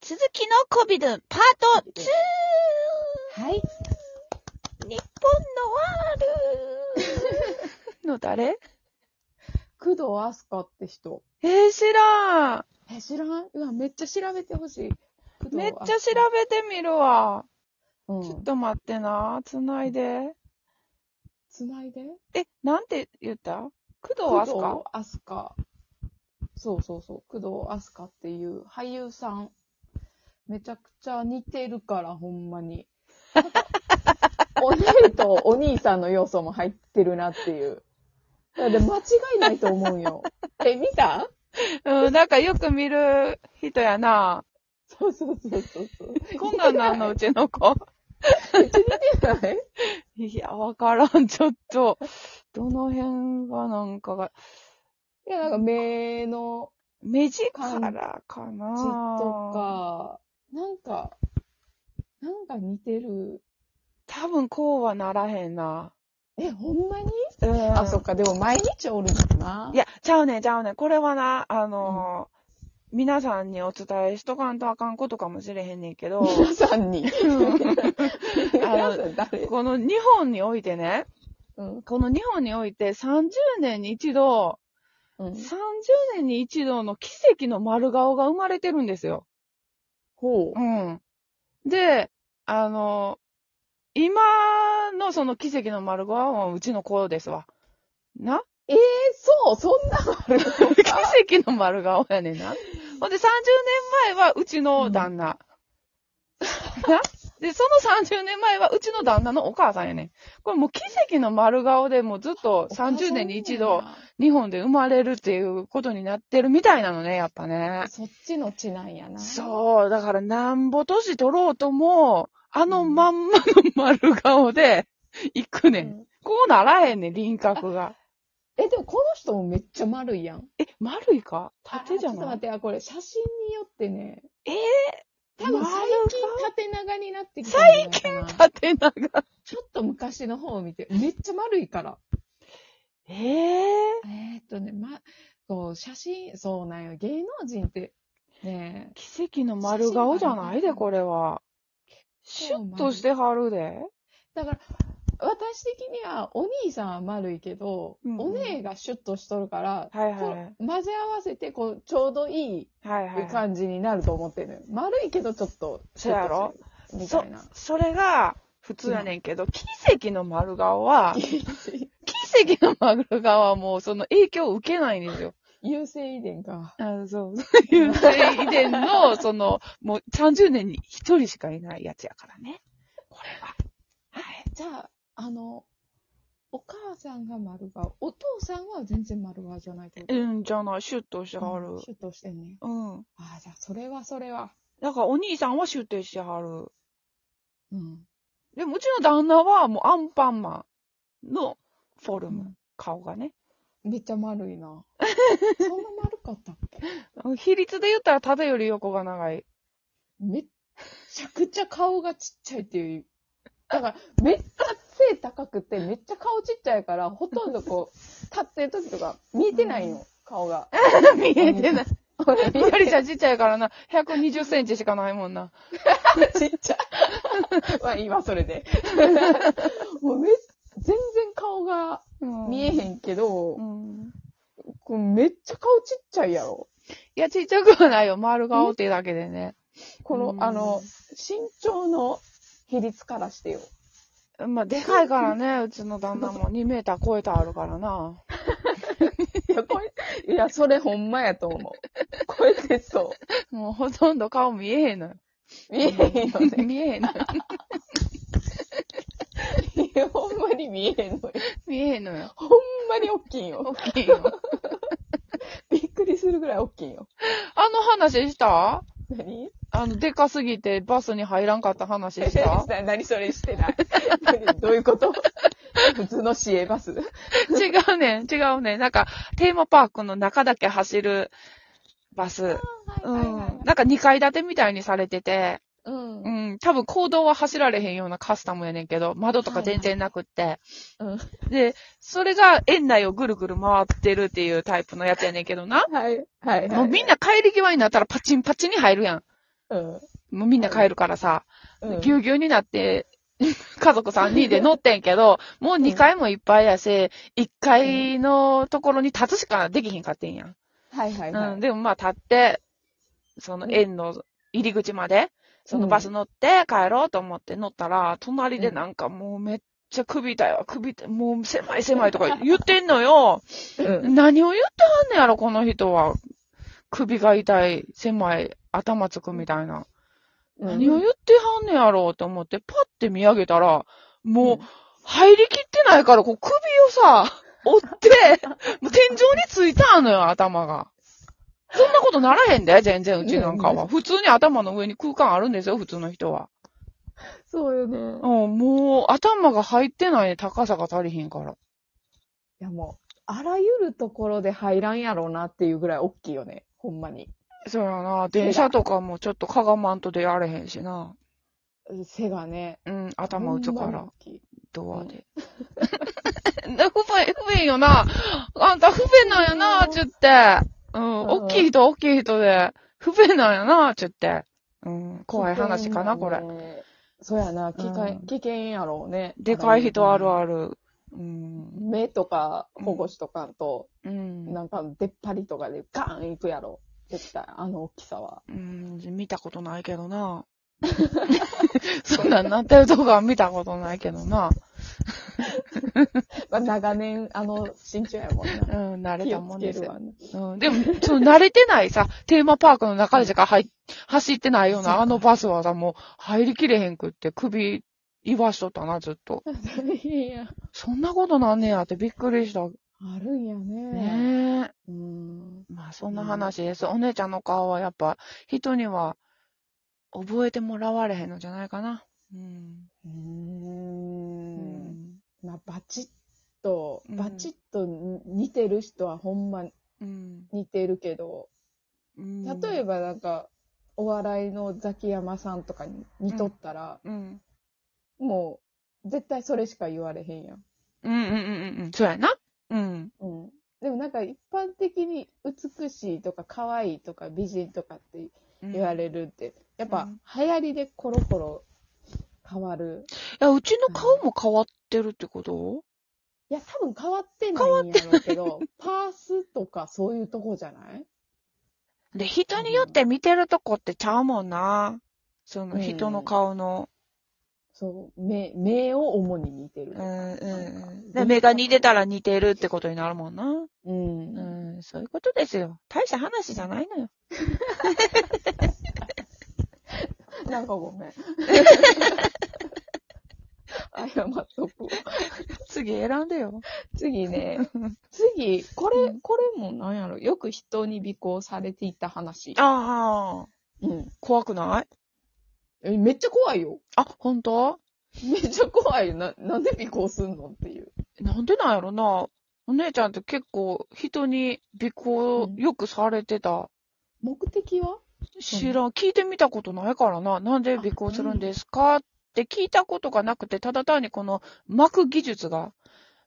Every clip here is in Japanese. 続きのコビドゥンパート 2! はい。日本のワ ールの誰工藤アスカって人。えー、知らん。え、知らんうわ、めっちゃ調べてほしい。工藤めっ飛鳥ちゃ調べてみるわ。うんちょっと待ってな。つないで。つないでえ、なんて言った工藤飛鳥工藤アスカ。そうそうそう。工藤アスカっていう俳優さん。めちゃくちゃ似てるから、ほんまに。お姉とお兄さんの要素も入ってるなっていう。だから間違いないと思うよ。 え、見たうん、なんかよく見る人やな。そうそうそうそうそう。 こんなんなんのうちの子。めっちゃ似てないいや、わからん。ちょっと、どの辺がなんかが、いや、なんか目の目力かな。ちとか、なんか、なんか似てる。多分こうはならへんな。え、ほんまに、うんあ、そっか、でも毎日おるもんな。いや、ちゃうねん、ちゃうねん。これはな、あのー皆さんにお伝えしとかんとあかんことかもしれへんねんけ ど、皆さんに。 皆あさん誰この日本においてね、うん。この日本において30年に一度、うん。 30年に一度の奇跡の丸顔が生まれてるんですよ。ほうう。ん。で、あのー今のその奇跡の丸顔はもううちの子ですわ。なえ、そう、そんなのあるのか。奇跡の丸顔やねんな。ほんで30年前はうちの旦那。 なで、その30年前はうちの旦那のお母さんやねん。これもう奇跡の丸顔でもうずっと30年に一度日本で生まれるっていうことになってるみたいなのね、やっぱねあ。。そっちの血なんやな。う。そう、だからなんぼ年取ろうとも、あのまんまの丸顔で行くねん。ん、こうならへんねん、輪郭が。え、でもこの人もめっちゃ丸いやん。え、丸いか縦じゃあちょっとな待いって、あ、これ写真によってね。えー多分最丸近縦長になってきたんじゃないかな。縦長。ちょっと昔の方を見て、めっちゃ丸いから。えええーっとね、ま、そう、写真、そうなんよ。芸能人って、ね奇跡の丸顔じゃないで、これは。シュッとしてはるで。だから、私的には、お兄さんは丸いけど、うんうんお姉がシュッとしとるから、はいはいこう混ぜ合わせて、こう、ちょうどいいはいはい。感じになると思ってるのよ、丸いけど、ちょっと、そうやろシュッとしてそるみたいな。、それが普通やねんけど、奇跡の丸顔 は、奇跡の丸顔はもうその影響を受けないんですよ。 優勢遺伝か。 あそう。そういう遺伝の、その、もう30年に1人しかいないやつやからね。これは。はい。じゃあ、あの、お母さんが丸顔、お父さんは全然丸顔じゃないってことうん、じゃない、シュッとしてはうんるシ。ュッとしてんね。うん。ああ、じゃあ、それはそれは。だからお兄さんはシュッとしてはる。うん。でもうちの旦那はもうアンパンマンのフォルム、うん顔がね。めっちゃ丸いな。そんな丸かったっけ比率で言ったら縦より横が長 い。めっちゃくちゃ顔がちっちゃいっていう。だから、めっちゃ背高くて、めっちゃ顔ちっちゃいから、ほとんどこう、立ってる時とか見えてないの、顔が。見えてない。俺、ゆかりちゃんちっちゃいからな、120センチしかないもんな。ちっちゃい。まあ、今それで。もうめっ全然顔がうん見えへんけど、うん。こうめっちゃ顔ちっちゃいやろ。いや、ちっちゃくはないよ。丸顔ってだけでね。この、あの、身長の比率からしてよ。まあ、でかいから ね、うちの旦那も2メーター超えたあるからな。いや、これ、いや、それほんまやと思う。これでそもうほとんど顔見えへんのよ。う。見えへんよ ね。見えへんのよ。いやほんまに見えへんのよ。見えへんのよ。ほんまに大きいんよ。大きい よ。びっくりするぐらい大きいんよ。あの話した何あの、でかすぎてバスに入らんかった話した 何それしてない。どういうこと普通の市営バス。 違うねん、違うねん。なんか、テーマパークの中だけ走るバス。うん。なんか2階建てみたいにされてて、うん。ううん。ん。多分行動は走られへんようなカスタムやねんけど、窓とか全然なくって。で、それが園内をぐるぐる回ってるっていうタイプのやつやねんけどな。はい。はい。もうみんな帰り際になったらパチンパチンに入るやん。うん。もうみんな帰るからさ、うん。ぎゅうぎゅうになって、 家族3人で乗ってんけ ど、もう2階もいっぱいやし、1階のところに立つしかできひんかってんやん。はいはいはい。うん、でもまあ立って、その園の入り口まで、そのバス乗って帰ろうと思って乗ったら、隣でなんかもうめっちゃ首痛いわ、首痛い、もう狭い狭いと か言ってんのよ。うん。何を言ってはんねやろ、この人は。首が痛い、狭い、頭つくみたいな。何を言ってはんねやろうと思って、パッて見上げたら、もう、入りきってないから、こう首を さ、折って、もう天井についたのよ、頭が。そんなことならへんで、全然うちなんかうんうは。普通に頭の上に空間あるんですよ、普通の人は。そうよね。うん、もう、頭が入ってないね、高さが足りひんから。いやもう、あらゆるところで入らんやろうなっていうぐらい大きいよね。ほんまに。そうやな、電車とかもちょっとかがまんと出られへんしな。背がね。うん、頭打つかほんまらに大。きい。ドアで。 な不便、不便よな。あんた不便なんやな、ちゅって。うん、うん大きい人、大きい人で。不便なんやな、ちゅって。うん、怖い話かな、これ。れ。そうやな、危険、うん危険やろうね。でかい人あるる。ある。うん。目とか保護しとかんと、うん。なんか出っ張りとかでガーン行くやろ。絶対、あの大きさは。うん、見たことないけど な。そんなんなってるとこは見たことないけどな。まあ、長年、あの身長やもん な。うん、慣れ気たをもつんけでするよ。わね。うん、でも、その慣れてないさ、テーマパークの中でしか入っ走ってないようそうなかあのバスはさ、もう入りきれへんくって首言わしとったな、ずっと。いや。そんなことなんねやってびっくりした。 あるんやね。ねえ。うん。まあそんな話です。お姉ちゃんの顔はやっぱ人には覚えてもらわれへんのじゃないかな。うん。う。うんん。まあ、バチッと、うんバチッと似てる人はほんまうん。似てるけど、うん例えばなんか、お笑いのザキヤマさんとかに似とったら、うん。もう、絶対それしか言われへんやん。うんうんうんうんうん。そうやな。うん。うん。でもなんか一般的に美しいとか可愛いとか美人とかってうん言われるって、やっぱうん流行りでコロコロ変わる。いや、うちの顔も変わってるってこといや、多分変わってないんやろうけど、パースとかそういうとこじゃないで、人によって見てるとこってちゃうもんな。そのうん人の顔の。そう、目、目を主に似てるとうか。ん、なんかうん。で、目が似てたら似てるってことになるもんな。うん。うん、そういうことですよ。大した話じゃないのよ。なんかごめ ん。謝っとく。次選んでよ。次ね。 次、これ、これもなんやろ。よく人に尾行されていた話。ああ、うん。怖くないえ、めっちゃ怖いよ。あ、本当めっちゃ怖いよ。な、なんで尾行すんのっていう。なんでなんやろな。お姉ちゃんって結構人に尾行よくされてた。目的は知らん。聞いてみたことないからな。なんで尾行するんですかって聞いたことがなくて、ただ単にこの巻く技術が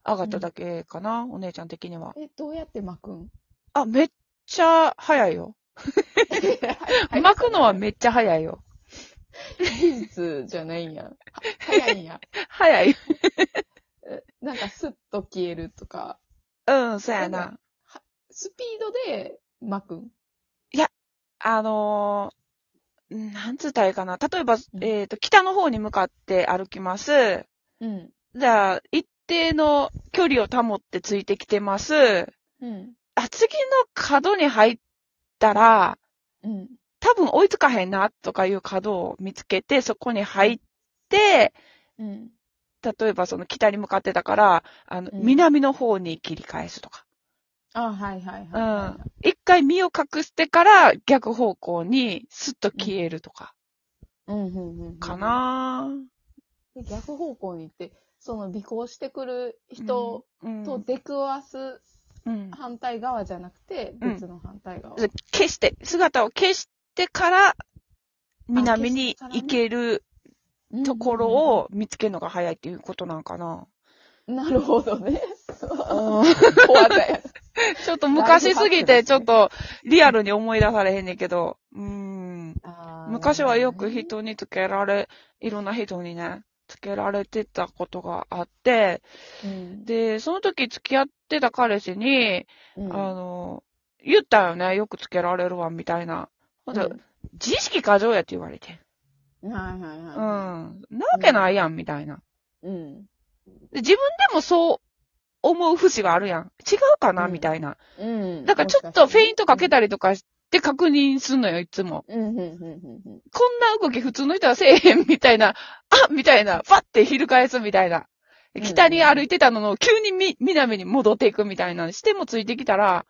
上がっただけかな、お姉ちゃん的には。え、どうやって巻く んあ、めっちゃ早いよ。巻くのは めっちゃ早いよ。技術じゃないんや。は早いんや。早い。えなんかスッと消えるとか、うん、そうやな。スピードで巻くん。あのー、なんつったらいいかな。例えばう、んえっ、と、北の方に向かって歩きます。うん。じゃあ、一定の距離を保ってついてきてます。うん。あ、次の角に入ったら、うん。多分追いつかへんなとかいう角を見つけて、そこに入って、うん。例えばその北に向かってたから、あの、うん南の方に切り返すとか。あ、はいはいはい、うはいん。一回身を隠してから逆方向にスッと消えるとか、うんうんうんうんかなで逆方向に行って、その尾行してくると人、うんと出くわすうん。反対側じゃなくて、うん別の反対側。消して、姿を消してから、南に行けるところを見つけるのが早いっていうことなんかな。うん。なるほどね。うん怖 かやちょっと昔すぎて、ちょっとリアルに思い出されへんねんけど。うーん。あ昔はよく人につけられ、いろんな人にね、つけられてたことがあって、うん、で、その時付き合ってた彼氏に、うんあの、言ったよね、よくつけられるわ、みたいな。ほんで、うん自意識過剰やって言われて。はいはいうはん。なわけないやん、みたいな。い。うん。で自分でもそう思う節があるやん。違うかな、うんみたいな。うん。だからちょっとフェイントかけた。たりとかして確認すんのよ、いつも。うん、うん、うん、うん。こんな動き普通の人はせえへん、みたいな。 あみたいな。パッて翻す、みたいな。うん北に歩いてたのの、急にみ、南に戻っていくみたいな。してもついてきたら、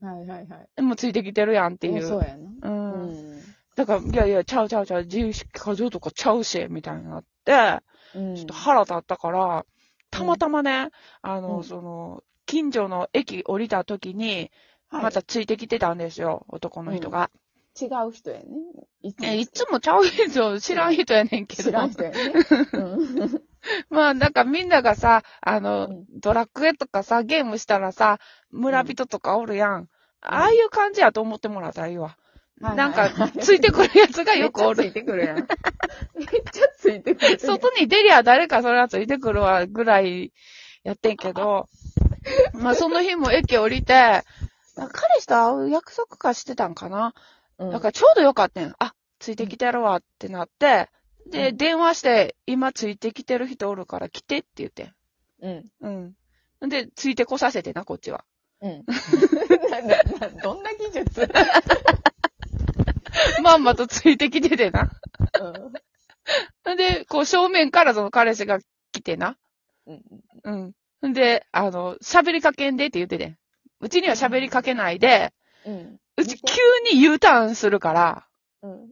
はいはいはい。っもうついてきてるやんっていう。そうやうな。うん。ん。だから、いやいや、ちゃうちゃうちゃう、自由過剰とかちゃうし、みたいになって、うんちょっと腹立ったから、たまたまね、あの、うんその、近所の駅降りた時に、はいまたついてきてたんですよ、男の人が。違う人やね。いつもえ、いつもちゃう人、知らん人やねんけど。知らん人やね。うんまあなんかみんながさ、あの、うんドラクエとかさ、ゲームしたらさ、村人とかおるやん。ああいう感じやと思ってもらったらいいわ。はいはいなん か、ついてくるやつが よくおめるっちゃ。ついてくるやん。めっちゃついてくる。外に出りゃ誰かそれはついてくるわ、ぐらいやってんけ ど、まあその日も駅降りて、彼氏と会う約束かしてたんかな。うん、だからちょうどよかったん。あ、ついてきてるわってなって、で、うん電話して、今ついてきてる人おるから来てって言ってん。うん。うん。で、ついてこさせてな、こっちは。 うん。 なななどんな技術、うんまんまとついてきててな。で、こう正面からその彼氏が来てな。うん、うん。で、あの、喋りかけんでって言っててん。うちには喋りかけないで、うん。うち急に U ターンするから、うん。